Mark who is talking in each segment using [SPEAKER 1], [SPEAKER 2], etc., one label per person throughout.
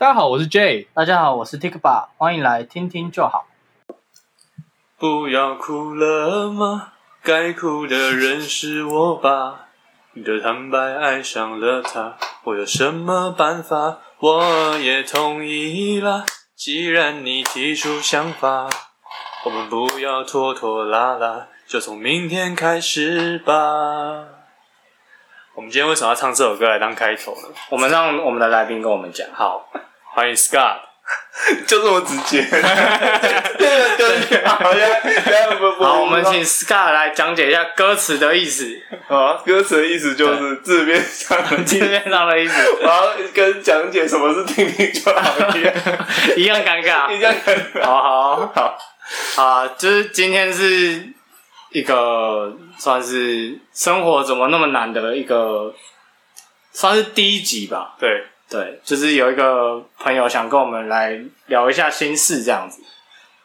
[SPEAKER 1] 家好，我是 J。
[SPEAKER 2] 大家好，我是 Tikba，欢迎来听听就好。
[SPEAKER 3] 不要哭了吗？该哭的人是我吧？你的坦白爱上了他，我有什么办法？我也同意啦。既然你提出想法，我们不要拖拖拉拉，就从明天开始吧。我们今天为什么要唱这首歌来当开头呢？
[SPEAKER 4] 我们让我们的来宾跟我们讲，
[SPEAKER 3] 好，欢迎 Scott。
[SPEAKER 5] 就这么直 接，对对对，好像原不不，
[SPEAKER 4] 好，我们请 Scott 来讲解一下歌词的意思，
[SPEAKER 5] 啊，歌词的意思就是字面上的
[SPEAKER 4] 字
[SPEAKER 5] 意思，
[SPEAKER 4] 面上的意思，
[SPEAKER 5] 然后跟讲解什么是听听就好一样，
[SPEAKER 4] 一样尴尬。
[SPEAKER 5] 一样很
[SPEAKER 4] 好好
[SPEAKER 5] 好。
[SPEAKER 4] 啊，就是今天是一个算是生活怎么那么难的一个，算是第一集 吧。
[SPEAKER 3] 对，
[SPEAKER 4] 对，就是有一个朋友想跟我们来聊一下心事这样子。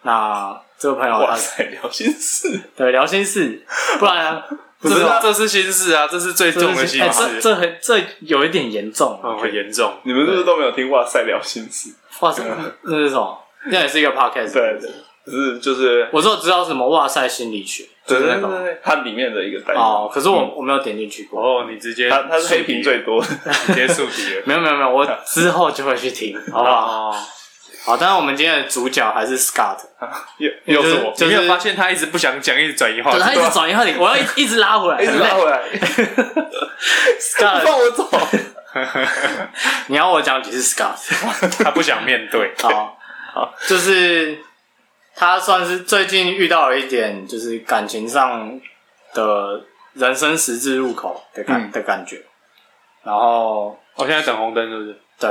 [SPEAKER 4] 那这个朋友
[SPEAKER 5] 哇
[SPEAKER 4] 他
[SPEAKER 5] 塞，聊心事，
[SPEAKER 4] 对聊心事，不然啊
[SPEAKER 3] 这
[SPEAKER 4] 这
[SPEAKER 3] 是
[SPEAKER 4] 个
[SPEAKER 3] 这是心事啊，这是最
[SPEAKER 4] 这
[SPEAKER 3] 重的
[SPEAKER 4] 是
[SPEAKER 3] 心
[SPEAKER 4] 哎这
[SPEAKER 3] 事，
[SPEAKER 4] 这很这有一点严重啊。
[SPEAKER 5] 哦
[SPEAKER 3] 嗯，很严重。
[SPEAKER 5] 你们是不是都没有听？哇塞，聊心事，
[SPEAKER 4] 哇塞，那是什么？那也是一个 podcast。
[SPEAKER 5] 对对，只是就是
[SPEAKER 4] 我说我知道什么哇塞心理学，就
[SPEAKER 5] 对
[SPEAKER 4] 是
[SPEAKER 5] 对
[SPEAKER 4] 那
[SPEAKER 5] 对
[SPEAKER 4] 种
[SPEAKER 5] 对，它里面的一个单元，
[SPEAKER 4] 哦，可是我我没有点进去过。
[SPEAKER 3] 哦，你直接
[SPEAKER 5] 它它是黑屏最多的，
[SPEAKER 3] 直接树敌了。
[SPEAKER 4] 没有没有没有，我之后就会去 听，好不好？
[SPEAKER 3] 哦，
[SPEAKER 4] 好，当然我们今天的主角还是 Scott，
[SPEAKER 5] 又又是我，
[SPEAKER 4] 就
[SPEAKER 3] 你
[SPEAKER 4] 是
[SPEAKER 3] 没有发现他一直不想讲，一直转移话
[SPEAKER 4] 对
[SPEAKER 3] 题
[SPEAKER 4] 他一直转移话题，我要一一直拉回来，
[SPEAKER 5] 哦啊 一直拉回来，放
[SPEAKER 4] Scott，
[SPEAKER 5] 我走，
[SPEAKER 4] 你要我讲几次 Scott？
[SPEAKER 3] 他不想面对。
[SPEAKER 4] 好，好，就是他算是最近遇到了一点，就是感情上的人生十字路口的感、的感觉，然后
[SPEAKER 3] 我现在等红灯是不是？
[SPEAKER 4] 对，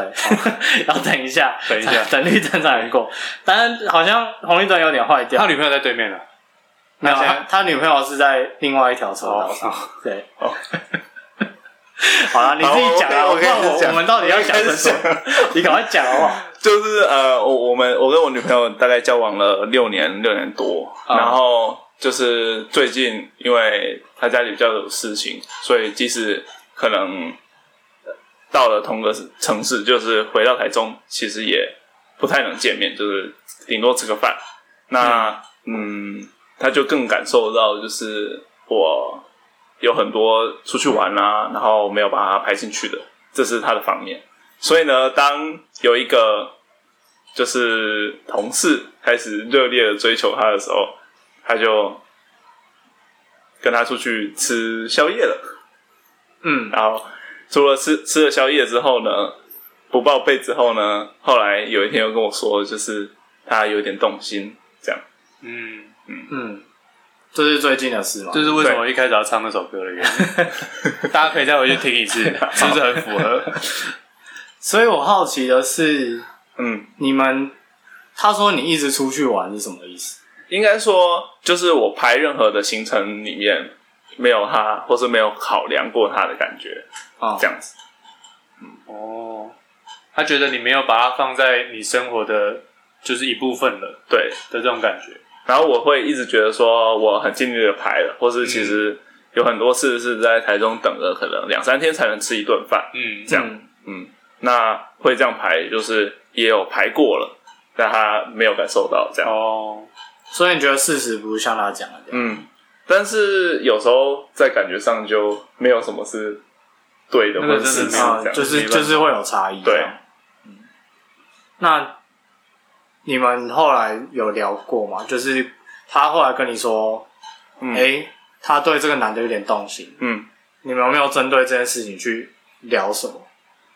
[SPEAKER 4] 要等一下，
[SPEAKER 3] 等一下
[SPEAKER 4] 等绿灯才能过。但是好像红绿灯有点坏
[SPEAKER 3] 他
[SPEAKER 4] 掉，
[SPEAKER 3] 女朋友在对面了。
[SPEAKER 4] 没有
[SPEAKER 3] 他现在
[SPEAKER 4] 他他女朋友是在另外一条车道上。对，哦好了，你自己讲啊，
[SPEAKER 5] 好我
[SPEAKER 4] 我
[SPEAKER 5] 可以我可以
[SPEAKER 4] 我
[SPEAKER 5] 讲
[SPEAKER 4] 我们到底要讲什
[SPEAKER 5] 我可
[SPEAKER 4] 么？你赶快讲好不好？
[SPEAKER 5] 就是呃，我我们我跟我女朋友大概交往了六年六年多，
[SPEAKER 4] 啊
[SPEAKER 5] 然后就是最近因为她家里比较有事情，所以即使可能呃到了同个城市，就是回到台中，其实也不太能见面，就是顶多吃个饭。那嗯，她就更感受到就是我有很多出去玩啊，然后没有把它排进去的，这是她的方面。所以呢，当有一个就是同事开始热烈的追求他的时候，他就跟他出去吃宵夜了。
[SPEAKER 4] 嗯，
[SPEAKER 5] 然后除了吃吃了宵夜之后呢，不报备之后呢，后来有一天又跟我说，就是他有点动心，这样。
[SPEAKER 3] 嗯，
[SPEAKER 4] 嗯，这是最近的事吗？
[SPEAKER 3] 这是为什么一开始要唱那首歌的原因。大 家可以再回去听一 次，是不是很符合？
[SPEAKER 4] 所以我好奇的是，
[SPEAKER 5] 嗯，
[SPEAKER 4] 你们他说你一直出去玩是什么意思？
[SPEAKER 5] 应该说就是我排任何的行程里面没有他，或是没有考量过他的感觉，
[SPEAKER 4] 啊、
[SPEAKER 5] 这样子。
[SPEAKER 3] 哦，他觉得你没有把它放在你生活的就是一部分了
[SPEAKER 5] 对，
[SPEAKER 3] 的这种感觉。
[SPEAKER 5] 然后我会一直觉得说我很尽力的排了，或是其
[SPEAKER 4] 嗯
[SPEAKER 5] 实有很多次是在台中等了可能两三天才能吃一顿饭，
[SPEAKER 3] 嗯，
[SPEAKER 5] 这样
[SPEAKER 4] 嗯
[SPEAKER 5] 嗯，那会这样排，就是也有排过了，但他没有感受到这样，
[SPEAKER 3] 哦，
[SPEAKER 4] 所以你觉得事实不是像他讲的这样？
[SPEAKER 5] 嗯，但是有时候在感觉上就没有什么是对的
[SPEAKER 3] 那
[SPEAKER 5] 或
[SPEAKER 3] 个
[SPEAKER 5] 者事
[SPEAKER 3] 真的
[SPEAKER 5] 实
[SPEAKER 3] 没有
[SPEAKER 4] 啊
[SPEAKER 5] 这，样，
[SPEAKER 4] 就是
[SPEAKER 3] 没办法
[SPEAKER 4] 就是会有差异。嗯
[SPEAKER 5] 对，
[SPEAKER 4] 那你们后来有聊过吗？就是他后来跟你说，哎、
[SPEAKER 5] 嗯
[SPEAKER 4] 他对这个男的有点动心，
[SPEAKER 5] 嗯。
[SPEAKER 4] 你们有没有针对这件事情去聊什么？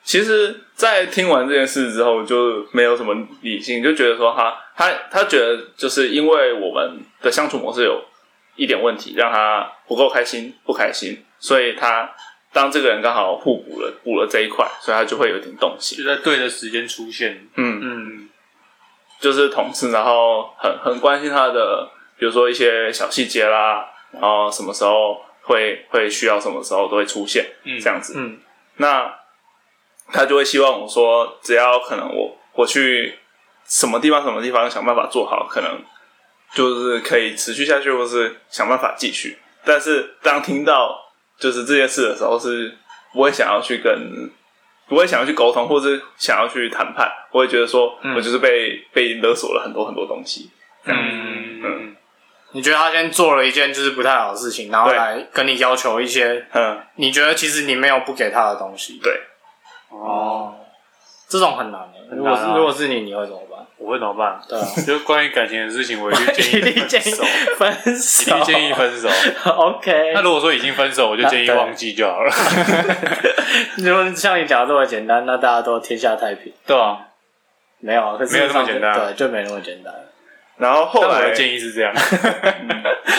[SPEAKER 5] 其实，在听完这件事之后，就没有什么理性，就觉得说他他他觉得就是因为我们的相处模式有一点问题，让他不够开心，不开心，所以他当这个人刚好互补了，补了这一块，所以他就会有点动
[SPEAKER 3] 就
[SPEAKER 5] 心。
[SPEAKER 3] 在对的时间出现。
[SPEAKER 5] 嗯，
[SPEAKER 4] 嗯，
[SPEAKER 5] 就是同事，然后很很关心他的，比如说一些小细节啦，然后什么时候会会需要，什么时候都会出现，
[SPEAKER 3] 嗯
[SPEAKER 5] 这样子。
[SPEAKER 4] 嗯，
[SPEAKER 5] 那他就会希望我说，只要可能我我去什么地方什么地方想办法做好，可能就是可以持续下去，或是想办法继续。但是当听到就是这件事的时候，是不会想要去跟不会想要去沟通，或者想要去谈判，我会觉得说，
[SPEAKER 4] 嗯
[SPEAKER 5] 我就是被被勒索了很多很多东西。
[SPEAKER 4] 嗯
[SPEAKER 5] 嗯
[SPEAKER 4] 你觉得他先做了一件就是不太好的事情，然后
[SPEAKER 5] 对
[SPEAKER 4] 来跟你要求一些
[SPEAKER 5] 嗯，
[SPEAKER 4] 你觉得其实你没有不给他的东西。
[SPEAKER 5] 对，
[SPEAKER 4] 哦，这种很难欸。
[SPEAKER 3] 很
[SPEAKER 4] 如
[SPEAKER 3] 难
[SPEAKER 4] 果
[SPEAKER 3] 啊
[SPEAKER 4] 是如果是你，你会怎么办？
[SPEAKER 3] 我会怎么办？
[SPEAKER 4] 对啊，
[SPEAKER 3] 就关于感情的事情，我 一律建议分手，
[SPEAKER 4] 分
[SPEAKER 3] 一
[SPEAKER 4] 手
[SPEAKER 3] 律建议分 手。
[SPEAKER 4] OK，
[SPEAKER 3] 那如果说已经分手，我就建议
[SPEAKER 4] 那对
[SPEAKER 3] 忘记就好了。
[SPEAKER 4] 如果像你讲的这么简单，那大家都天下太平。
[SPEAKER 3] 对 啊，
[SPEAKER 4] 没有，啊可是
[SPEAKER 3] 没有那么简单啊
[SPEAKER 4] 对，就没那么简单。
[SPEAKER 5] 然后后
[SPEAKER 3] 但我
[SPEAKER 5] 来
[SPEAKER 3] 的建议是这样。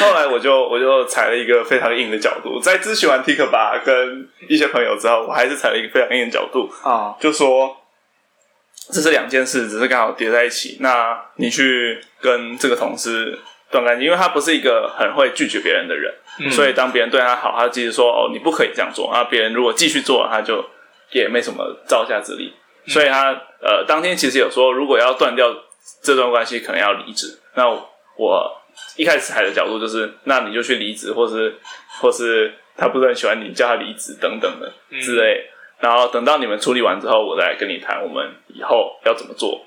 [SPEAKER 5] 后来我就我就踩了一个非常硬的角度，在咨询完 Tik 吧跟一些朋友之后，我还是踩了一个非常硬的角度，
[SPEAKER 4] 啊、
[SPEAKER 5] 就说这是两件事，只是刚好叠在一起。那你去跟这个同事断干净，因为他不是一个很会拒绝别人的人，所以当别人对他好，他继续说哦你不可以这样做。那别人如果继续做，他就也没什么招架之力。所以他呃当天其实有说，如果要断掉这段关系，可能要离职。那我一开始采的角度就是，那你就去离职，或是或是他不是很喜欢你，叫他离职等等的之类。然后等到你们处理完之后，我再跟你谈我们以后要怎么做。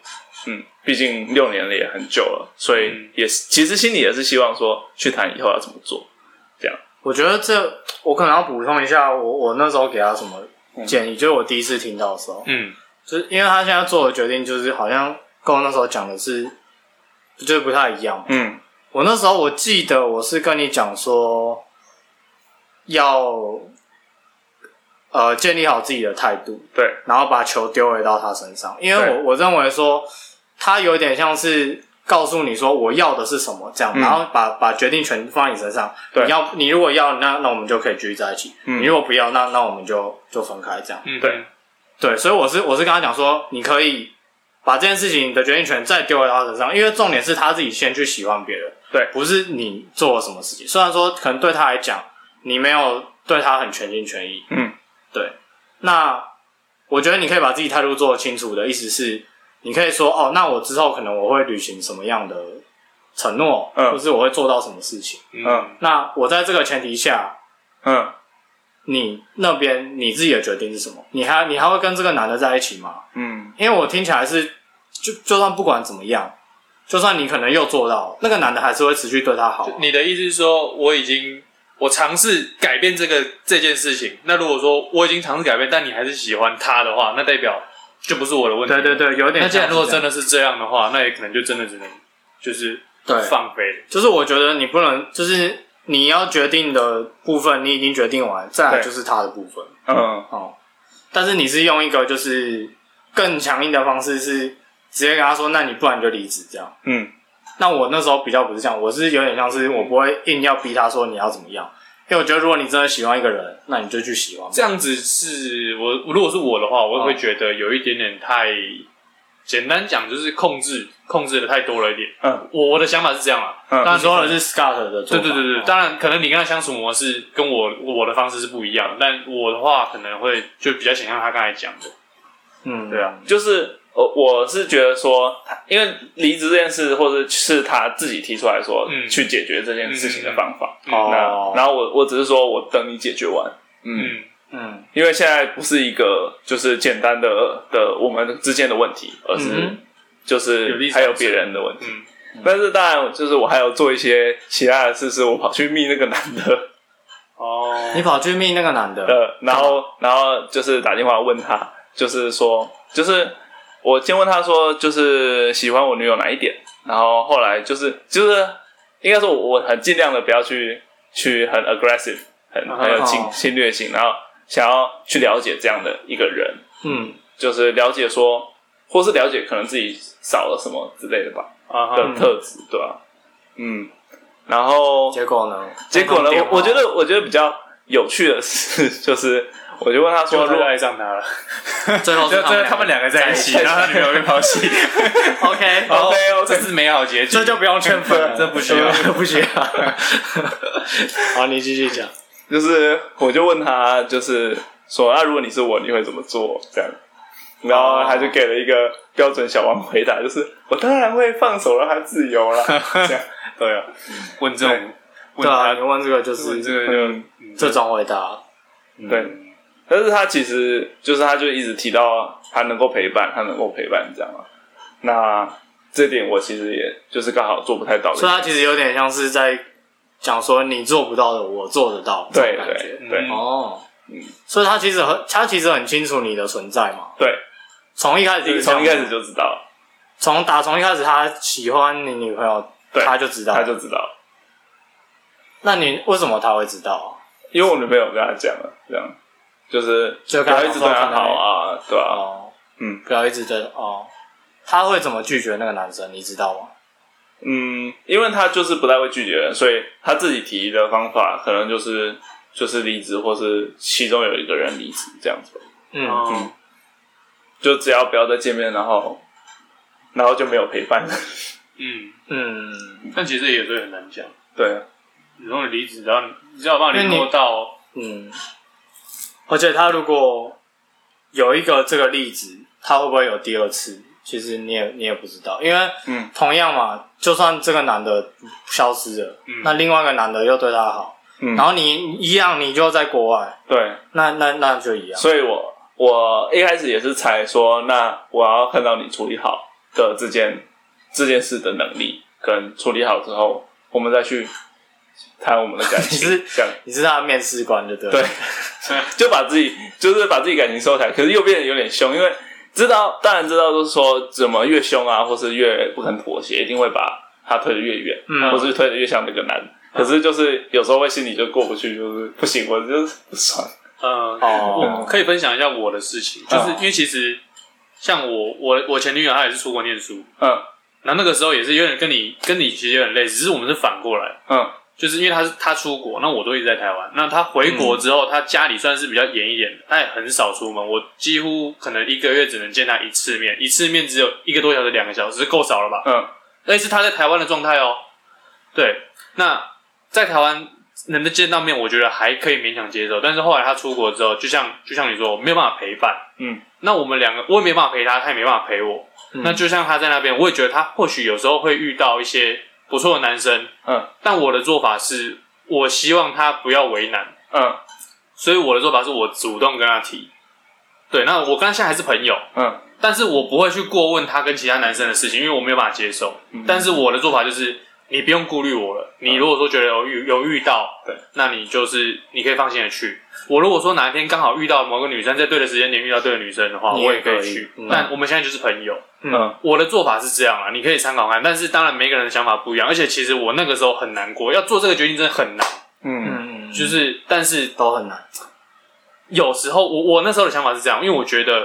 [SPEAKER 5] 嗯，毕竟六年了也很久了，所以也是其实心里也是希望说去谈以后要怎么做。
[SPEAKER 4] 我觉得这我可能要补充一下，我我那时候给他什么建议，就是我第一次听到的时候，
[SPEAKER 3] 嗯
[SPEAKER 4] 就是因为他现在做的决定，就是好像跟我那时候讲的是，就是不太一样嘛。
[SPEAKER 5] 嗯
[SPEAKER 4] 我那时候我记得我是跟你讲说，要呃建立好自己的态度，
[SPEAKER 5] 对，
[SPEAKER 4] 然后把球丢回到他身上，因为
[SPEAKER 5] 对
[SPEAKER 4] 我我认为说他有点像是告诉你说我要的是什么这样，
[SPEAKER 5] 嗯
[SPEAKER 4] 然后把把决定权放在你身上。
[SPEAKER 5] 对
[SPEAKER 4] 你要你如果要，那那我们就可以继续在一起；
[SPEAKER 5] 嗯
[SPEAKER 4] 你如果不要，那那我们就就分开这样。
[SPEAKER 3] 嗯，
[SPEAKER 5] 对
[SPEAKER 4] 对，所以我是我是跟他讲说，你可以把这件事情的决定权再丢回他身上，因为重点是他自己先去喜欢别人，
[SPEAKER 5] 对
[SPEAKER 4] 不是你做了什么事情。虽然说可能对他来讲，你没有对他很全心全意，
[SPEAKER 5] 嗯，
[SPEAKER 4] 对。那我觉得你可以把自己态度做得清楚的意思是，你可以说哦，那我之后可能我会履行什么样的承诺，
[SPEAKER 5] 嗯
[SPEAKER 4] 或是我会做到什么事情。
[SPEAKER 3] 嗯
[SPEAKER 4] 那我在这个前提下，
[SPEAKER 5] 嗯
[SPEAKER 4] 你那边你自己的决定是什么？你还你还会跟这个男的在一起吗？
[SPEAKER 5] 嗯
[SPEAKER 4] 因为我听起来是，就就算不管怎么样，就算你可能又做到，那个男的还是会持续对他好啊、
[SPEAKER 3] 你的意思是说，我已经我尝试改变这个这件事情。那如果说我已经尝试改变，但你还是喜欢他的话，那代表就不是我的问题。
[SPEAKER 4] 对对对，有点像是这样。
[SPEAKER 3] 那既然如果真的是这样的话，那也可能就真的只能就是
[SPEAKER 4] 对，
[SPEAKER 3] 放飞了。
[SPEAKER 4] 就是我觉得你不能，就是你要决定的部分你已经决定完，再来
[SPEAKER 5] 对
[SPEAKER 4] 就是他的部分
[SPEAKER 5] 嗯，
[SPEAKER 4] 哦。但是你是用一个就是更强硬的方式，是直接跟他说，那你不然你就离职这样。
[SPEAKER 5] 嗯，
[SPEAKER 4] 那我那时候比较不是这样，我是有点像是我不会硬要逼他说你要怎么样，因为我觉得如果你真的喜欢一个人，那你就去喜欢吧。
[SPEAKER 3] 这样子是我如果是我的话，我会觉得有一点点太简单讲，就是控制控制的太多了一点。
[SPEAKER 5] 嗯，
[SPEAKER 3] 我我的想法是这样啊。
[SPEAKER 5] 嗯
[SPEAKER 3] 当
[SPEAKER 4] 你
[SPEAKER 3] 然
[SPEAKER 4] 说的是 Scott 的做
[SPEAKER 3] 对
[SPEAKER 4] 法，
[SPEAKER 3] 对对对，
[SPEAKER 4] 哦
[SPEAKER 3] 当然可能你跟他相处模式跟我我的方式是不一样，但我的话可能会就比较想像他刚才讲的，
[SPEAKER 4] 嗯，
[SPEAKER 3] 对啊，
[SPEAKER 5] 就是我我是觉得说，因为离职这件事，或者是他自己提出来说、
[SPEAKER 3] 嗯
[SPEAKER 5] 去解决这件事情的方法。
[SPEAKER 4] 哦
[SPEAKER 5] 那然后我我只是说我等你解决完，嗯，
[SPEAKER 3] 嗯
[SPEAKER 4] 嗯
[SPEAKER 5] 因为现在不是一个就是简单的的我们之间的问题，而是
[SPEAKER 4] 嗯
[SPEAKER 5] 就是
[SPEAKER 3] 有立场
[SPEAKER 5] 还有别人的问题。
[SPEAKER 3] 嗯，
[SPEAKER 5] 但是当然，就是我还有做一些其他的事，是我跑去密那个男的，
[SPEAKER 3] 哦，
[SPEAKER 4] 你跑去密那个男的，
[SPEAKER 5] 呃，然后然后就是打电话问他，就是说，就是我先问他说，就是喜欢我女友哪一点，然后后来就是就是应该说我很尽量的不要去去很 aggressive，很很有侵
[SPEAKER 4] 哦
[SPEAKER 5] 侵略性，然后想要去了解这样的一个人，
[SPEAKER 4] 嗯，
[SPEAKER 5] 就是了解说，或是了解可能自己少了什么之类的吧
[SPEAKER 3] 啊哈
[SPEAKER 5] 的特质，对吧、嗯，然后
[SPEAKER 4] 结果呢？
[SPEAKER 5] 结果呢
[SPEAKER 4] 刚刚电，话
[SPEAKER 5] 我我觉得我觉得比较有趣的是，就是我就问他说，
[SPEAKER 3] 就
[SPEAKER 5] 如
[SPEAKER 3] 他就
[SPEAKER 5] 果
[SPEAKER 3] 爱上他 了，
[SPEAKER 4] 最后是
[SPEAKER 3] 他们两个在一起， 然后他女朋友被抛 弃 哦
[SPEAKER 4] OK，
[SPEAKER 5] OK
[SPEAKER 3] 这
[SPEAKER 5] OK，
[SPEAKER 3] 是美好结局
[SPEAKER 4] 这。就不用劝分了，
[SPEAKER 3] 这不需要
[SPEAKER 4] 这不需要。好，你继续讲。
[SPEAKER 5] 就是我就问他，就是说，啊那如果你是我，你会怎么做？这样，然后他就给了一个标准小王回答，就是我当然会放手让他自 由了。这样，
[SPEAKER 3] 对啊，问这种问
[SPEAKER 4] 对啊，你
[SPEAKER 3] 他
[SPEAKER 4] 问这个就
[SPEAKER 3] 问这个
[SPEAKER 4] 是
[SPEAKER 3] 就
[SPEAKER 5] 嗯，
[SPEAKER 4] 这种回答，
[SPEAKER 3] 嗯
[SPEAKER 5] 对。但是他其实就是他就一直提到他能够陪伴，他能够陪伴这样啊。那这点我其实也就是刚好做不太到
[SPEAKER 4] 所以
[SPEAKER 5] 的，
[SPEAKER 4] 他其实有点像是在讲说你做不到的，我做得到这
[SPEAKER 5] 对
[SPEAKER 4] 种感觉。
[SPEAKER 5] 对对
[SPEAKER 3] 嗯
[SPEAKER 4] 哦，所以他其实很，他其实很清楚你的存在嘛。
[SPEAKER 5] 对，
[SPEAKER 4] 从一开始就是这样
[SPEAKER 5] 从
[SPEAKER 4] 嘛
[SPEAKER 5] 一开始就知道了，
[SPEAKER 4] 从打从一开始他喜欢你女朋友，
[SPEAKER 5] 对
[SPEAKER 4] 他就知道。
[SPEAKER 5] 他就知道了，
[SPEAKER 4] 那你为什么他会知道？
[SPEAKER 5] 因为我女朋友跟他讲了，这样就是
[SPEAKER 4] 就
[SPEAKER 5] 不
[SPEAKER 4] 跟他
[SPEAKER 5] 要一直对他好啊，对啊，
[SPEAKER 4] 哦，
[SPEAKER 5] 嗯
[SPEAKER 4] 不要一直对哦。他会怎么拒绝那个男生？你知道吗？
[SPEAKER 5] 嗯，因为他就是不太会拒绝人，所以他自己提的方法可能就是就是离职，或是其中有一个人离职这样子吧。
[SPEAKER 4] 嗯，
[SPEAKER 3] 哦，
[SPEAKER 5] 就只要不要再见面，然后然后就没有陪伴。
[SPEAKER 3] 嗯，
[SPEAKER 4] 嗯
[SPEAKER 3] 但其实也对很难讲。
[SPEAKER 5] 对，啊
[SPEAKER 3] 如果你离职，然后你只要把你
[SPEAKER 4] 那你
[SPEAKER 3] 摸到，
[SPEAKER 4] 嗯。而且他如果有一个这个例子，他会不会有第二次？其实你也你也不知道，因为
[SPEAKER 5] 嗯
[SPEAKER 4] 同样嘛，就算这个男的消失了，
[SPEAKER 3] 嗯
[SPEAKER 4] 那另外一个男的又对他好，
[SPEAKER 5] 嗯
[SPEAKER 4] 然后你一样，你就在国外，
[SPEAKER 5] 对，
[SPEAKER 4] 那那那就一样。
[SPEAKER 5] 所以我我一开始也是猜说，那我要看到你处理好的这件这件事的能力，跟处理好之后，我们再去谈我们的 感
[SPEAKER 4] 你
[SPEAKER 5] 情，
[SPEAKER 4] 是
[SPEAKER 5] 这样
[SPEAKER 4] 你是他的面试官就对了。
[SPEAKER 5] 对，就把自己就是把自己感情收起来，可是又变得有点凶，因为知道当然知道就是说怎么越凶啊，或是越不肯妥协，一定会把他推得越远，
[SPEAKER 4] 嗯
[SPEAKER 5] 或是推得越像那个男。可是就是有时候会心里就过不去，就是不行，我就是不爽。
[SPEAKER 3] 呃，啊
[SPEAKER 4] 哦
[SPEAKER 3] 我可以分享一下我的事情，就是因为其实像我，我我前女友她也是出国念书，
[SPEAKER 5] 嗯
[SPEAKER 3] 然后那个时候也是有点跟你跟你其实有点类似，只是我们是反过来，
[SPEAKER 5] 嗯
[SPEAKER 3] 就是因为她是她出国，那我都一直在台湾。那她回国之后，她家里算是比较严一点的，她也很少出门。我几乎可能一个月只能见她一次面，一次面只有一个多小时、两个小时，够少了吧？
[SPEAKER 5] 嗯
[SPEAKER 3] 那是她在台湾的状态哦。对，那在台湾能够见到面，我觉得还可以勉强接受。但是后来她出国之后，就像就像你说，我没有办法陪伴。
[SPEAKER 5] 嗯，
[SPEAKER 3] 那我们两个，我也没办法陪她，她也没办法陪我。
[SPEAKER 4] 嗯
[SPEAKER 3] 那就像她在那边，我也觉得她或许有时候会遇到一些不错的男生，
[SPEAKER 5] 嗯，
[SPEAKER 3] 但我的做法是，我希望她不要为难，
[SPEAKER 5] 嗯
[SPEAKER 3] 所以我的做法是我主动跟她提。对，那我跟她现在还是朋友，
[SPEAKER 5] 嗯
[SPEAKER 3] 但是我不会去过问她跟其他男生的事情，因为我没有办法接受。
[SPEAKER 5] 嗯
[SPEAKER 3] 但是我的做法就是，你不用顾虑我了。你如果说觉得有遇有遇到，
[SPEAKER 5] 对，
[SPEAKER 3] 那你就是你可以放心的去。我如果说哪一天刚好遇到某个女生在对的时间点遇到对的女生的话，
[SPEAKER 4] 你也
[SPEAKER 3] 我也可
[SPEAKER 4] 可以
[SPEAKER 3] 去
[SPEAKER 4] 嗯。
[SPEAKER 3] 但我们现在就是朋友，
[SPEAKER 5] 嗯
[SPEAKER 3] 我的做法是这样啊，你可以参考看。但是当然每个人的想法不一样，而且其实我那个时候很难过，要做这个决定真的很难。
[SPEAKER 5] 嗯
[SPEAKER 4] 嗯，嗯，
[SPEAKER 3] 就是，但是
[SPEAKER 4] 都很难。
[SPEAKER 3] 有时候我我那时候的想法是这样，因为我觉得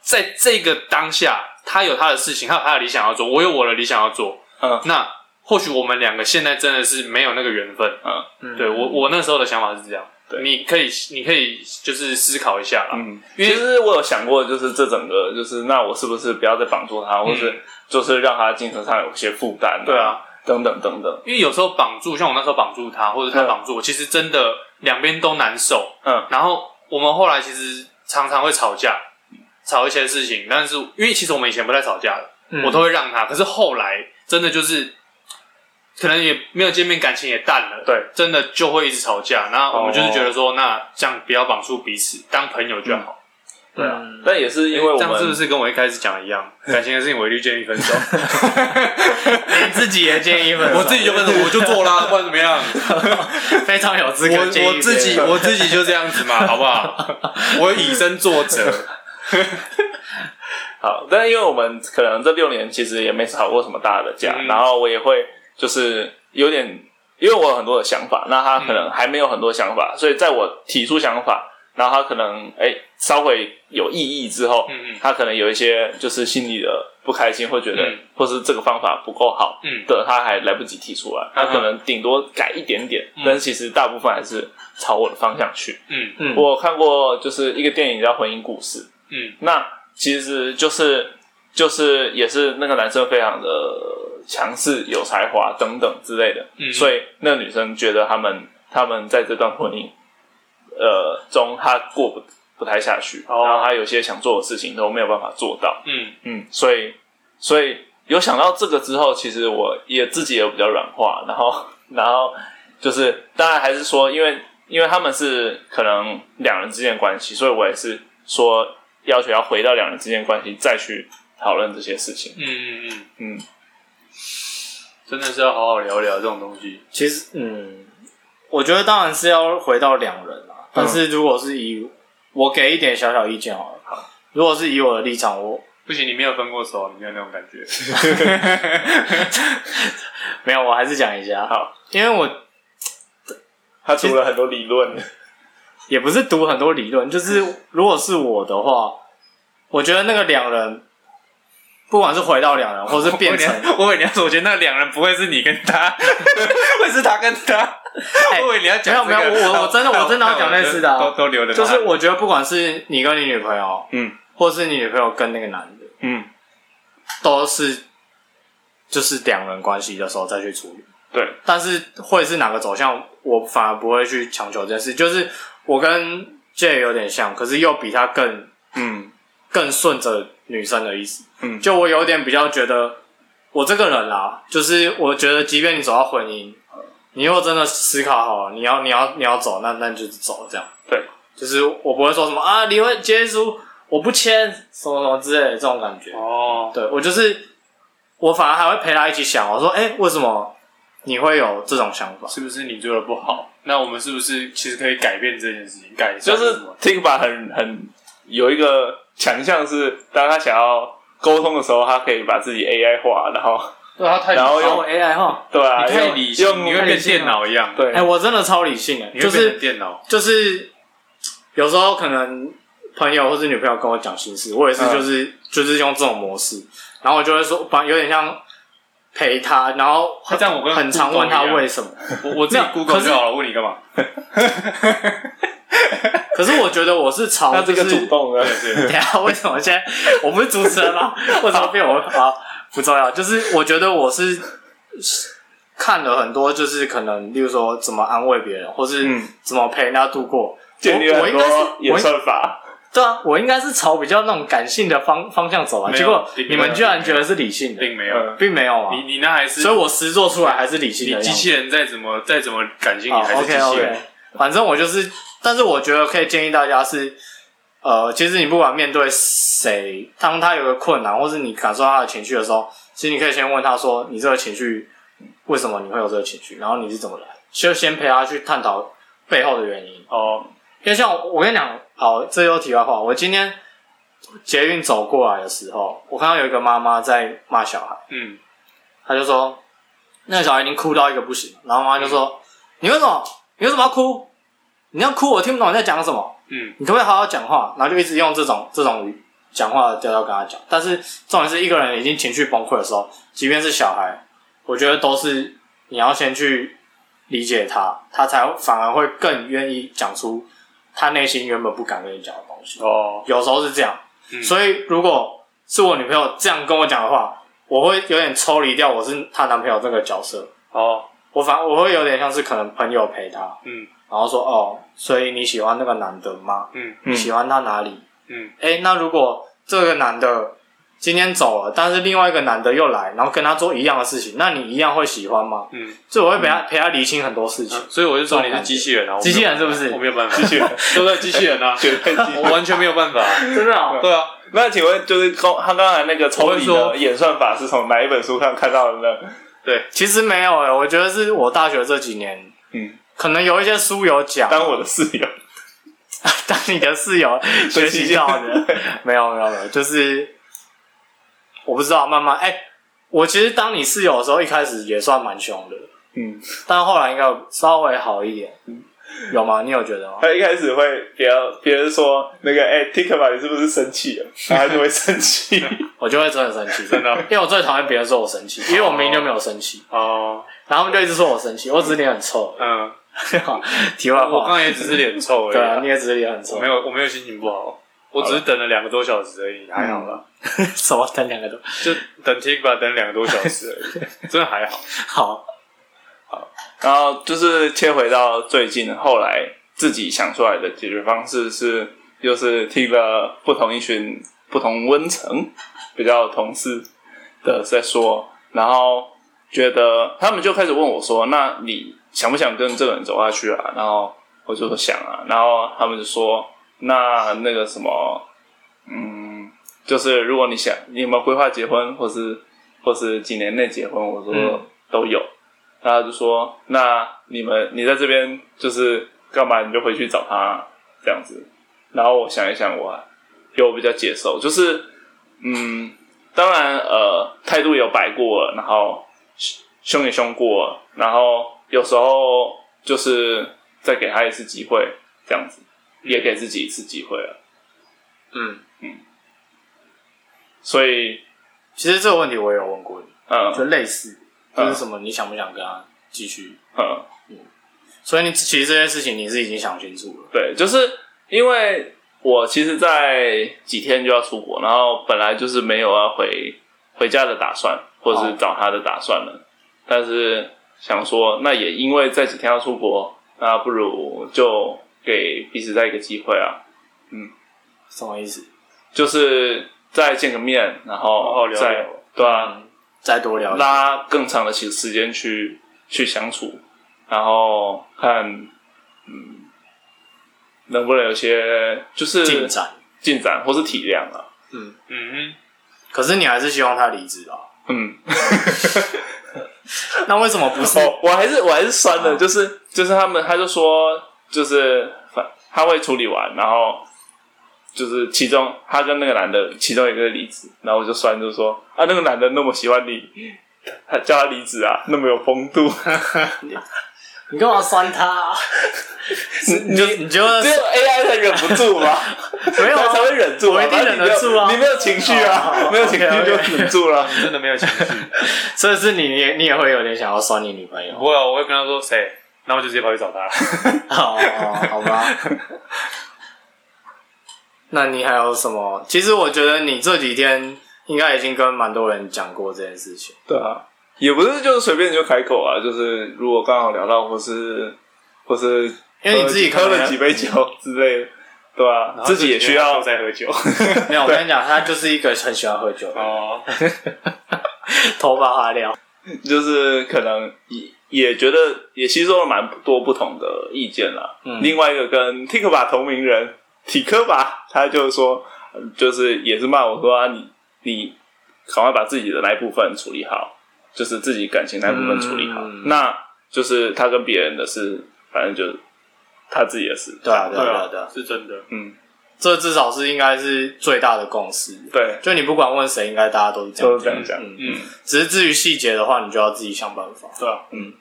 [SPEAKER 3] 在这个当下，他有他的事情，他有他的理想要做，我有我的理想要做。
[SPEAKER 5] 嗯
[SPEAKER 3] 那或许我们两个现在真的是没有那个缘分。
[SPEAKER 5] 嗯
[SPEAKER 4] 嗯
[SPEAKER 3] 对我我那时候的想法是这样，
[SPEAKER 5] 对
[SPEAKER 3] 你可以你可以就是思考一下啦。
[SPEAKER 5] 嗯。其实我有想过，就是这整个，就是那我是不是不要再绑住他，或是就是让他精神上有些负担、
[SPEAKER 3] 嗯对啊，
[SPEAKER 5] 等等等等。
[SPEAKER 3] 因为有时候绑住，像我那时候绑住他，或者他
[SPEAKER 5] 嗯
[SPEAKER 3] 绑住我，其实真的两边都难受。
[SPEAKER 5] 嗯
[SPEAKER 3] 然后我们后来其实常常会吵架，吵一些事情，但是因为其实我们以前不太吵架的。
[SPEAKER 4] 嗯
[SPEAKER 3] 我都会让他。可是后来真的就是，可能也没有见面，感情也淡了，
[SPEAKER 5] 对，
[SPEAKER 3] 真的就会一直吵架。那我们就是觉得说，那这样不要绑住彼此，当朋友就好。
[SPEAKER 5] 对啊，
[SPEAKER 4] 嗯
[SPEAKER 5] 但也是因为我
[SPEAKER 3] 这
[SPEAKER 5] 们
[SPEAKER 3] 样是不是跟我一开始讲的一 样？感情的事情我一律建议分 手，
[SPEAKER 4] 你自己也建议分手，
[SPEAKER 3] 己就分手，我就做 啦，不然怎么样？
[SPEAKER 4] 非常有资
[SPEAKER 3] 我
[SPEAKER 4] 格建议
[SPEAKER 3] 我自己
[SPEAKER 4] 别人
[SPEAKER 3] 我自己就这样子 嘛，好不好？我以身作则。
[SPEAKER 5] 好，但是因为我们可能这六年其实也没吵过什么大的架，
[SPEAKER 3] 嗯
[SPEAKER 5] 然后我也会就是有点，因为我有很多的想法，那他可能还没有很多想
[SPEAKER 3] 嗯
[SPEAKER 5] 法，所以在我提出想法，然后他可能哎、稍微有异议之后，
[SPEAKER 3] 嗯嗯
[SPEAKER 5] 他可能有一些就是心里的不开心，会觉得、
[SPEAKER 3] 嗯
[SPEAKER 5] 或是这个方法不够好
[SPEAKER 3] 嗯
[SPEAKER 5] 的，他还来不及提出来，他可能顶多改一点点，但是其实大部分还是朝我的方向去。
[SPEAKER 3] 嗯
[SPEAKER 4] 嗯
[SPEAKER 5] 我看过就是一个电影叫《婚姻故事》，
[SPEAKER 3] 嗯，
[SPEAKER 5] 那其实就是就是也是那个男生非常的强势、有才华等等之类的，
[SPEAKER 3] 嗯
[SPEAKER 5] 所以那女生觉得他们他们在这段婚姻呃中，她过不不太下去，
[SPEAKER 3] 哦
[SPEAKER 5] 然后她有些想做的事情都没有办法做到，
[SPEAKER 3] 嗯
[SPEAKER 5] 嗯，所以所以有想到这个之后，其实我也自己也比较软化，然后然后就是当然还是说，因为因为他们是可能两人之间的关系，所以我也是说要求要回到两人之间的关系再去讨论这些事情。
[SPEAKER 3] 嗯嗯嗯，
[SPEAKER 5] 嗯，
[SPEAKER 3] 真的是要好好聊聊这种东西。
[SPEAKER 4] 其实，嗯，我觉得当然是要回到两人啦。但是如果是以我给一点小小意见好了，如果是以我的立场， 我
[SPEAKER 3] 不行，你没有分过手，你没有那种感 觉。
[SPEAKER 4] 没有，我还是讲一下，
[SPEAKER 5] 好，
[SPEAKER 4] 因为我
[SPEAKER 5] 他出了很多理论，
[SPEAKER 4] 也不是读很多理论，就是如果是我的话，我觉得那个两人，不管是回到两人，或是变成
[SPEAKER 3] 我以为你要，我以为你要说，我觉得那两人不会是你跟他， 会是他跟他。
[SPEAKER 4] 哎
[SPEAKER 3] 我以为你要讲这个、
[SPEAKER 4] 没有没有我我我真的
[SPEAKER 3] 那
[SPEAKER 4] 我真的要
[SPEAKER 3] 那
[SPEAKER 4] 讲类似的啊
[SPEAKER 3] 都都留着。
[SPEAKER 4] 就是我觉得不管是你跟你女朋友，
[SPEAKER 5] 嗯，
[SPEAKER 4] 或是你女朋友跟那个男的，
[SPEAKER 5] 嗯，
[SPEAKER 4] 都是就是两人关系的时候再去处理。
[SPEAKER 5] 对，
[SPEAKER 4] 但是会是哪个走向，我反而不会去强求这件事。就是我跟 J 有点像，可是又比他更
[SPEAKER 5] 嗯
[SPEAKER 4] 更顺着女生的意思。
[SPEAKER 5] 嗯
[SPEAKER 4] 就我有点比较觉得，我这个人啦、就是我觉得，即便你走到婚姻，你如果真的思考好了，你要你要你要走，那那你就走这样。
[SPEAKER 5] 对，
[SPEAKER 4] 就是我不会说什么啊，离婚结束，我不签什么什么之类的这种感觉。
[SPEAKER 3] 哦，
[SPEAKER 4] 对我就是，我反而还会陪他一起想，我说，哎、为什么你会有这种想法？
[SPEAKER 3] 是不是你做的不好？那我们是不是其实可以改变这件事情？改善
[SPEAKER 5] 就
[SPEAKER 3] 什
[SPEAKER 5] 是
[SPEAKER 3] 么
[SPEAKER 5] Tikba 很很有一个强项是，当他想要沟通的时候，他可以把自己 AI 化，然后
[SPEAKER 3] 对
[SPEAKER 4] 啊
[SPEAKER 3] 他太
[SPEAKER 5] 然后
[SPEAKER 3] 哦用
[SPEAKER 4] 哦
[SPEAKER 5] 用
[SPEAKER 2] 我 AI 哈，
[SPEAKER 5] 对啊，
[SPEAKER 3] 太
[SPEAKER 5] 用
[SPEAKER 3] 理性，啊
[SPEAKER 5] 用
[SPEAKER 3] 你会
[SPEAKER 2] 理
[SPEAKER 3] 变
[SPEAKER 2] 性
[SPEAKER 3] 电脑一样，
[SPEAKER 5] 对
[SPEAKER 4] 哎、，我真的超理性的，
[SPEAKER 3] 你
[SPEAKER 4] 就
[SPEAKER 3] 会变
[SPEAKER 4] 是
[SPEAKER 3] 成电脑。
[SPEAKER 4] 就是有时候可能朋友或是女朋友跟我讲心事，我也是
[SPEAKER 5] 嗯
[SPEAKER 4] 就是、就是用这种模式，然后我就会说，把有点像陪他，然后
[SPEAKER 3] 他这样我跟
[SPEAKER 4] 很常问他为什么。
[SPEAKER 3] 我我自己
[SPEAKER 4] 没有
[SPEAKER 3] Google
[SPEAKER 4] 可是
[SPEAKER 3] 就好了，问你干嘛？
[SPEAKER 4] 可是我觉得我是朝
[SPEAKER 5] 他这个
[SPEAKER 4] 就是
[SPEAKER 5] 主动的，
[SPEAKER 4] 等一下为什么现在我不是主持人 吗？为什么变我啊？不重要，就是我觉得我是看了很多，就是可能，例如说怎么安慰别人，或是
[SPEAKER 5] 嗯
[SPEAKER 4] 怎么陪人家度过。
[SPEAKER 5] 建立
[SPEAKER 4] 我我
[SPEAKER 5] 很
[SPEAKER 4] 应该是
[SPEAKER 5] 多演
[SPEAKER 4] 我
[SPEAKER 5] 算法，
[SPEAKER 4] 对啊，我应该是朝比较那种感性的方方向走啊，
[SPEAKER 3] 没有
[SPEAKER 4] 结果
[SPEAKER 3] 并没
[SPEAKER 4] 你
[SPEAKER 3] 有
[SPEAKER 4] 们居然觉得是理性的，
[SPEAKER 3] 并没有，
[SPEAKER 4] 并没有啊
[SPEAKER 3] 呃你，你那还是
[SPEAKER 4] 所以我实做出来还是理性
[SPEAKER 3] 你
[SPEAKER 4] 的
[SPEAKER 3] 机
[SPEAKER 4] 样子。
[SPEAKER 3] 器人再怎么再怎么感性，你
[SPEAKER 4] 哦
[SPEAKER 3] 还是机
[SPEAKER 4] OK
[SPEAKER 3] 器
[SPEAKER 4] OK，
[SPEAKER 3] 人。
[SPEAKER 4] 反正我就是，但是我觉得可以建议大家是，呃，其实你不管面对谁，当他有个困难，或是你感受到他的情绪的时候，其实你可以先问他说，你这个情绪为什么你会有这个情绪，然后你是怎么来，就先陪他去探讨背后的原因。
[SPEAKER 5] 哦，
[SPEAKER 4] 因为像我我跟你讲，好，这又题外话，我今天捷运走过来的时候，我看到有一个妈妈在骂小孩。
[SPEAKER 3] 嗯，
[SPEAKER 4] 他就说，那个小孩已经哭到一个不行，然后妈妈就说，你为什么？你为什么要哭？你要哭，我听不懂你在讲什么。
[SPEAKER 3] 嗯，
[SPEAKER 4] 你可不可以好好讲话？然后就一直用这种这种语讲话的调调跟他讲。但是重点是一个人已经情绪崩溃的时候，即便是小孩，我觉得都是你要先去理解他，他才反而会更愿意讲出他内心原本不敢跟你讲的东西。
[SPEAKER 3] 哦，
[SPEAKER 4] 有时候是这样。
[SPEAKER 3] 嗯
[SPEAKER 4] 所以如果是我女朋友这样跟我讲的话，我会有点抽离掉我是她男朋友这个角色，
[SPEAKER 3] 哦，
[SPEAKER 4] 我反我会有点像是可能朋友陪她，
[SPEAKER 3] 嗯
[SPEAKER 4] 然后说哦，所以你喜欢那个男的吗？
[SPEAKER 3] 嗯
[SPEAKER 5] 嗯
[SPEAKER 4] 你喜欢他哪里？
[SPEAKER 3] 嗯，
[SPEAKER 4] 哎、那如果这个男的今天走了，但是另外一个男的又来，然后跟他做一样的事情，那你一样会喜欢吗？
[SPEAKER 3] 嗯，
[SPEAKER 4] 所以我会陪他、陪他理清很多事情。
[SPEAKER 3] 所以我就说你是机器人啊，我没有
[SPEAKER 4] 机器人是不是
[SPEAKER 3] 我没有办法，机器人，对不对？机器人啊，
[SPEAKER 5] 绝对记
[SPEAKER 3] 我完全没有 办法。
[SPEAKER 4] 真的啊、
[SPEAKER 3] 对啊，
[SPEAKER 5] 那请问，就是刚他刚才那个抽离
[SPEAKER 3] 我会
[SPEAKER 5] 的演算法是从哪一本书上看到的呢？
[SPEAKER 4] 其实没有哎、我觉得是我大学这几年，
[SPEAKER 5] 嗯，
[SPEAKER 4] 可能有一些书有讲，
[SPEAKER 5] 当我的室友，
[SPEAKER 4] 当你的室友学习到 的，没有没有没有，就是我不知道，慢慢哎、我其实当你室友的时候，一开始也算蛮凶的，
[SPEAKER 5] 嗯，
[SPEAKER 4] 但后来应该稍微好一点，有吗？你有觉得吗？
[SPEAKER 5] 他一开始会别人别人说那个哎、t i k t o k 你是不是生气了？然后他就会生气。
[SPEAKER 4] 我就会真的生 气，
[SPEAKER 3] 真的哦
[SPEAKER 4] 因为我最讨厌别人说我生气，因为我明明就没有生气，
[SPEAKER 3] 哦，
[SPEAKER 4] 然后他们就一直说我生气，我只是脸 很臭。
[SPEAKER 3] 嗯，
[SPEAKER 4] 题外
[SPEAKER 3] 我刚
[SPEAKER 4] 话，
[SPEAKER 3] 才也只是脸臭而已
[SPEAKER 4] 对啊，
[SPEAKER 3] 啊，
[SPEAKER 4] 你也只是脸很臭
[SPEAKER 3] 我没，有，我没有心情不好，我只是等了两个多小时而已，还好啦，
[SPEAKER 4] 什么等两个都
[SPEAKER 3] 就等 Tik 吧，等两个多小时而已， 真的还好。
[SPEAKER 4] 好，
[SPEAKER 5] 然后就是切回到最近，后来自己想出来的解决方式是，就是听了不同一群不同温层比较同事的在说，然后觉得他们就开始问我说：“那你想不想跟这个人走下去啊？”然后我就说想啊，然后他们就说那那个什么，嗯，就是如果你想你有没有规划结婚，或是或是几年内结婚，我说
[SPEAKER 3] 嗯
[SPEAKER 5] 都有，然后他就说那你们你在这边就是干嘛，你就回去找他这样子，然后我想一想我，有比较接受，就是嗯，当然呃态度有摆过了，然后凶凶也凶过了，然后有时候就是再给他一次机会，这样子也给自己一次机会了，
[SPEAKER 4] 嗯，
[SPEAKER 5] 所以
[SPEAKER 4] 其实这个问题我也有问过你，
[SPEAKER 5] 嗯
[SPEAKER 4] 就类似，就是
[SPEAKER 5] 嗯
[SPEAKER 4] 什么你想不想跟他继续？
[SPEAKER 5] 嗯，
[SPEAKER 4] 所以你其实这件事情你是已经想清楚了，
[SPEAKER 5] 对，就是因为我其实，在几天就要出国，然后本来就是没有要回回家的打算，或
[SPEAKER 3] 哦
[SPEAKER 5] 者是找他的打算了。但是想说，那也因为这几天要出国，那不如就给彼此再一个机会啊，
[SPEAKER 4] 什么意思？
[SPEAKER 5] 就是再见个面，然
[SPEAKER 3] 好好
[SPEAKER 5] 后
[SPEAKER 3] 聊
[SPEAKER 5] 再
[SPEAKER 3] 聊嗯
[SPEAKER 5] 对啊，
[SPEAKER 4] 再多聊一下，
[SPEAKER 5] 拉更长的时时间去去相处，然后看嗯能不能有些就是
[SPEAKER 4] 进展。
[SPEAKER 5] 进展或是体谅啊。
[SPEAKER 3] 嗯
[SPEAKER 4] 可是你还是希望他离职吧？
[SPEAKER 5] 嗯，
[SPEAKER 4] 那为什么不是？
[SPEAKER 5] 哦，我还是我还是酸的，就是就是他们他就说就是反他会处理完，然后就是其中他跟那个男的其中一个离职，然后我就酸就说啊那个男的那么喜欢你，他叫他离职啊，那么有风度，
[SPEAKER 2] 你干嘛酸他、 啊？
[SPEAKER 5] 你就
[SPEAKER 4] 你觉得
[SPEAKER 5] 只有 AI 才忍不住嘛，
[SPEAKER 4] 没有啊
[SPEAKER 5] 他才会忍住嘛，
[SPEAKER 4] 我一定
[SPEAKER 5] 反正
[SPEAKER 4] 忍
[SPEAKER 5] 你
[SPEAKER 4] 得
[SPEAKER 5] 没有
[SPEAKER 4] 住啊
[SPEAKER 5] 你没有情绪啊，没有情绪就
[SPEAKER 4] OK，OK
[SPEAKER 5] 忍住了，
[SPEAKER 3] 哼，真的没有情绪。
[SPEAKER 4] 这是你，你也你也会有点想要酸你女朋友？
[SPEAKER 3] 不会啊，我会跟他说谁，那我就直接跑去找他。
[SPEAKER 4] 哦，好吧。 那你还有什么？其实我觉得你这几天应该已经跟蛮多人讲过这件事情。
[SPEAKER 5] 对啊，也不是就是随便就开口啊，就是如果刚好聊到或是或是
[SPEAKER 4] 因
[SPEAKER 5] 哎
[SPEAKER 4] 为你自己可
[SPEAKER 5] 喝
[SPEAKER 4] 能
[SPEAKER 5] 了几 杯酒之类的，对吧、自己也需要
[SPEAKER 3] 再 喝酒。
[SPEAKER 4] 没有，我跟你讲，他就是一个很喜欢喝酒的人，
[SPEAKER 3] 哦，
[SPEAKER 4] 头发发亮。
[SPEAKER 5] 就是可能也也觉得也吸收了蛮多不同的意见啦。
[SPEAKER 4] 嗯
[SPEAKER 5] 另外一个跟 t i k b a 同名人体科吧，他就说，嗯就是也是骂我说啊，你你赶快把自己的那一部分处理好，就是自己感情那一部分处理好。
[SPEAKER 4] 嗯
[SPEAKER 5] 那就是他跟别人的事，反正就他自己的事。
[SPEAKER 4] 对啊，
[SPEAKER 3] 对
[SPEAKER 4] 对啊，对啊
[SPEAKER 3] 啊，
[SPEAKER 4] 对啊，
[SPEAKER 3] 是真的。
[SPEAKER 5] 嗯，
[SPEAKER 4] 这至少是应该是最大的共识。
[SPEAKER 5] 对，
[SPEAKER 4] 就你不管问谁，应该大家都是这
[SPEAKER 5] 都
[SPEAKER 4] 样
[SPEAKER 5] 是这
[SPEAKER 4] 讲。
[SPEAKER 5] 样讲。
[SPEAKER 4] 嗯，只是至于细节的话，你就要自己想办法。
[SPEAKER 3] 对啊，
[SPEAKER 5] 嗯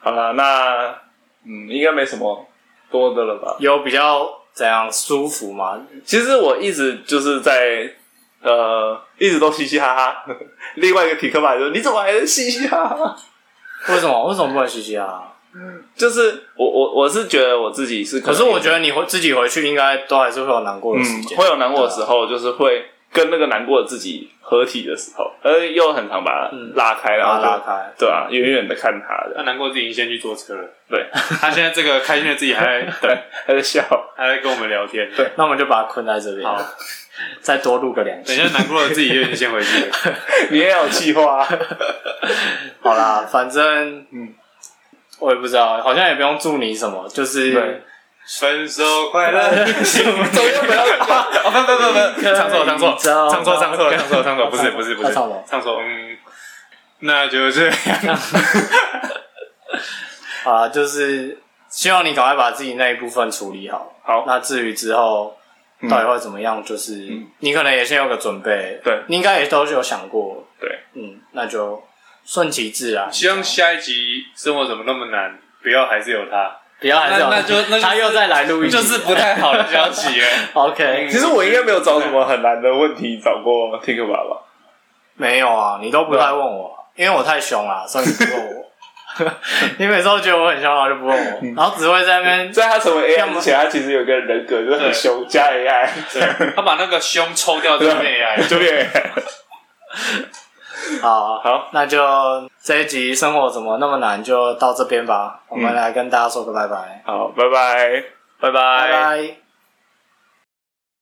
[SPEAKER 5] 好了，那嗯，应该没什么多的了吧？
[SPEAKER 4] 有比较怎样舒服吗？
[SPEAKER 5] 其实我一直就是在呃，一直都嘻嘻哈哈。 另外一个体科吧就说你怎么还是嘻嘻哈哈？
[SPEAKER 4] 为什么？为什么不能嘻嘻啊？
[SPEAKER 5] 就是我我我是觉得我自己是
[SPEAKER 4] 可是
[SPEAKER 5] 能
[SPEAKER 4] 我觉得你回自己回去，应该都还是会有难过的时
[SPEAKER 5] 嗯
[SPEAKER 4] 间，
[SPEAKER 5] 会有难过的时候，就是会跟那个难过的自己合体的时候，而又很常把它
[SPEAKER 4] 嗯
[SPEAKER 5] 拉开，然
[SPEAKER 4] 把
[SPEAKER 5] 后
[SPEAKER 4] 它
[SPEAKER 5] 就
[SPEAKER 4] 拉开。
[SPEAKER 5] 对啊，远远的看他
[SPEAKER 3] 他
[SPEAKER 5] 的，
[SPEAKER 3] 难过自己先去坐车了。
[SPEAKER 5] 对，
[SPEAKER 3] 他现在这个开心的自己还在等，
[SPEAKER 5] 他在笑。
[SPEAKER 3] 还在跟我们聊天。
[SPEAKER 5] 对
[SPEAKER 4] 那我们就把它困在这边，
[SPEAKER 3] 好，
[SPEAKER 4] 再多录个两
[SPEAKER 3] 等一
[SPEAKER 4] 期。
[SPEAKER 3] 下难过的自己就已经先回 去了。
[SPEAKER 5] 你也有气话、啊，
[SPEAKER 4] 好啦，反正嗯，我也不知道，好像也不用祝你什么，就是
[SPEAKER 5] 对
[SPEAKER 3] 分手快乐！
[SPEAKER 5] 总要不要？
[SPEAKER 3] 哦，不不不不，唱错唱错
[SPEAKER 4] 你知道吗
[SPEAKER 3] 唱错唱错唱错唱错，不是不是不
[SPEAKER 4] 他
[SPEAKER 3] 是
[SPEAKER 4] 唱了
[SPEAKER 3] 唱错，嗯，那就这 样。
[SPEAKER 4] 好啦，就是希望你赶快把自己那一部分处理好。
[SPEAKER 5] 好
[SPEAKER 4] 那至于之后
[SPEAKER 5] 嗯
[SPEAKER 4] 到底会怎么样，就是、
[SPEAKER 3] 嗯
[SPEAKER 4] 你可能也先有个准备，
[SPEAKER 5] 对
[SPEAKER 4] 你应该也都有想过，
[SPEAKER 5] 对，
[SPEAKER 4] 嗯，那就顺其自然，
[SPEAKER 3] 希望下一集生活怎么那么难，不要还是有他，
[SPEAKER 4] 不要还是有
[SPEAKER 3] 那那就那就是
[SPEAKER 4] 他又再来录一集
[SPEAKER 3] 就是不太好的消息哎。
[SPEAKER 4] OK，
[SPEAKER 5] 其实我应该没有找什么很难的问题找过 t i k b a 吧？
[SPEAKER 4] 没有啊，你都不太问我，
[SPEAKER 3] 啊
[SPEAKER 4] 因为我太凶了，所以你不问我。 你每次都觉得我很凶，然后就不问我，
[SPEAKER 3] 嗯
[SPEAKER 4] 然后只会在那边
[SPEAKER 5] 在他成为
[SPEAKER 4] 要
[SPEAKER 5] AI
[SPEAKER 4] 么
[SPEAKER 5] 之前，他其实有一个人格就是很凶，加 AI
[SPEAKER 3] 他把那个胸抽掉 就是恋爱，
[SPEAKER 5] 就变 AI。
[SPEAKER 4] 好，
[SPEAKER 5] 好，
[SPEAKER 4] 那就这一集生活怎么那么难就到这边吧，我们来跟大家说个拜拜，
[SPEAKER 5] 好，拜拜，拜拜
[SPEAKER 4] 拜拜。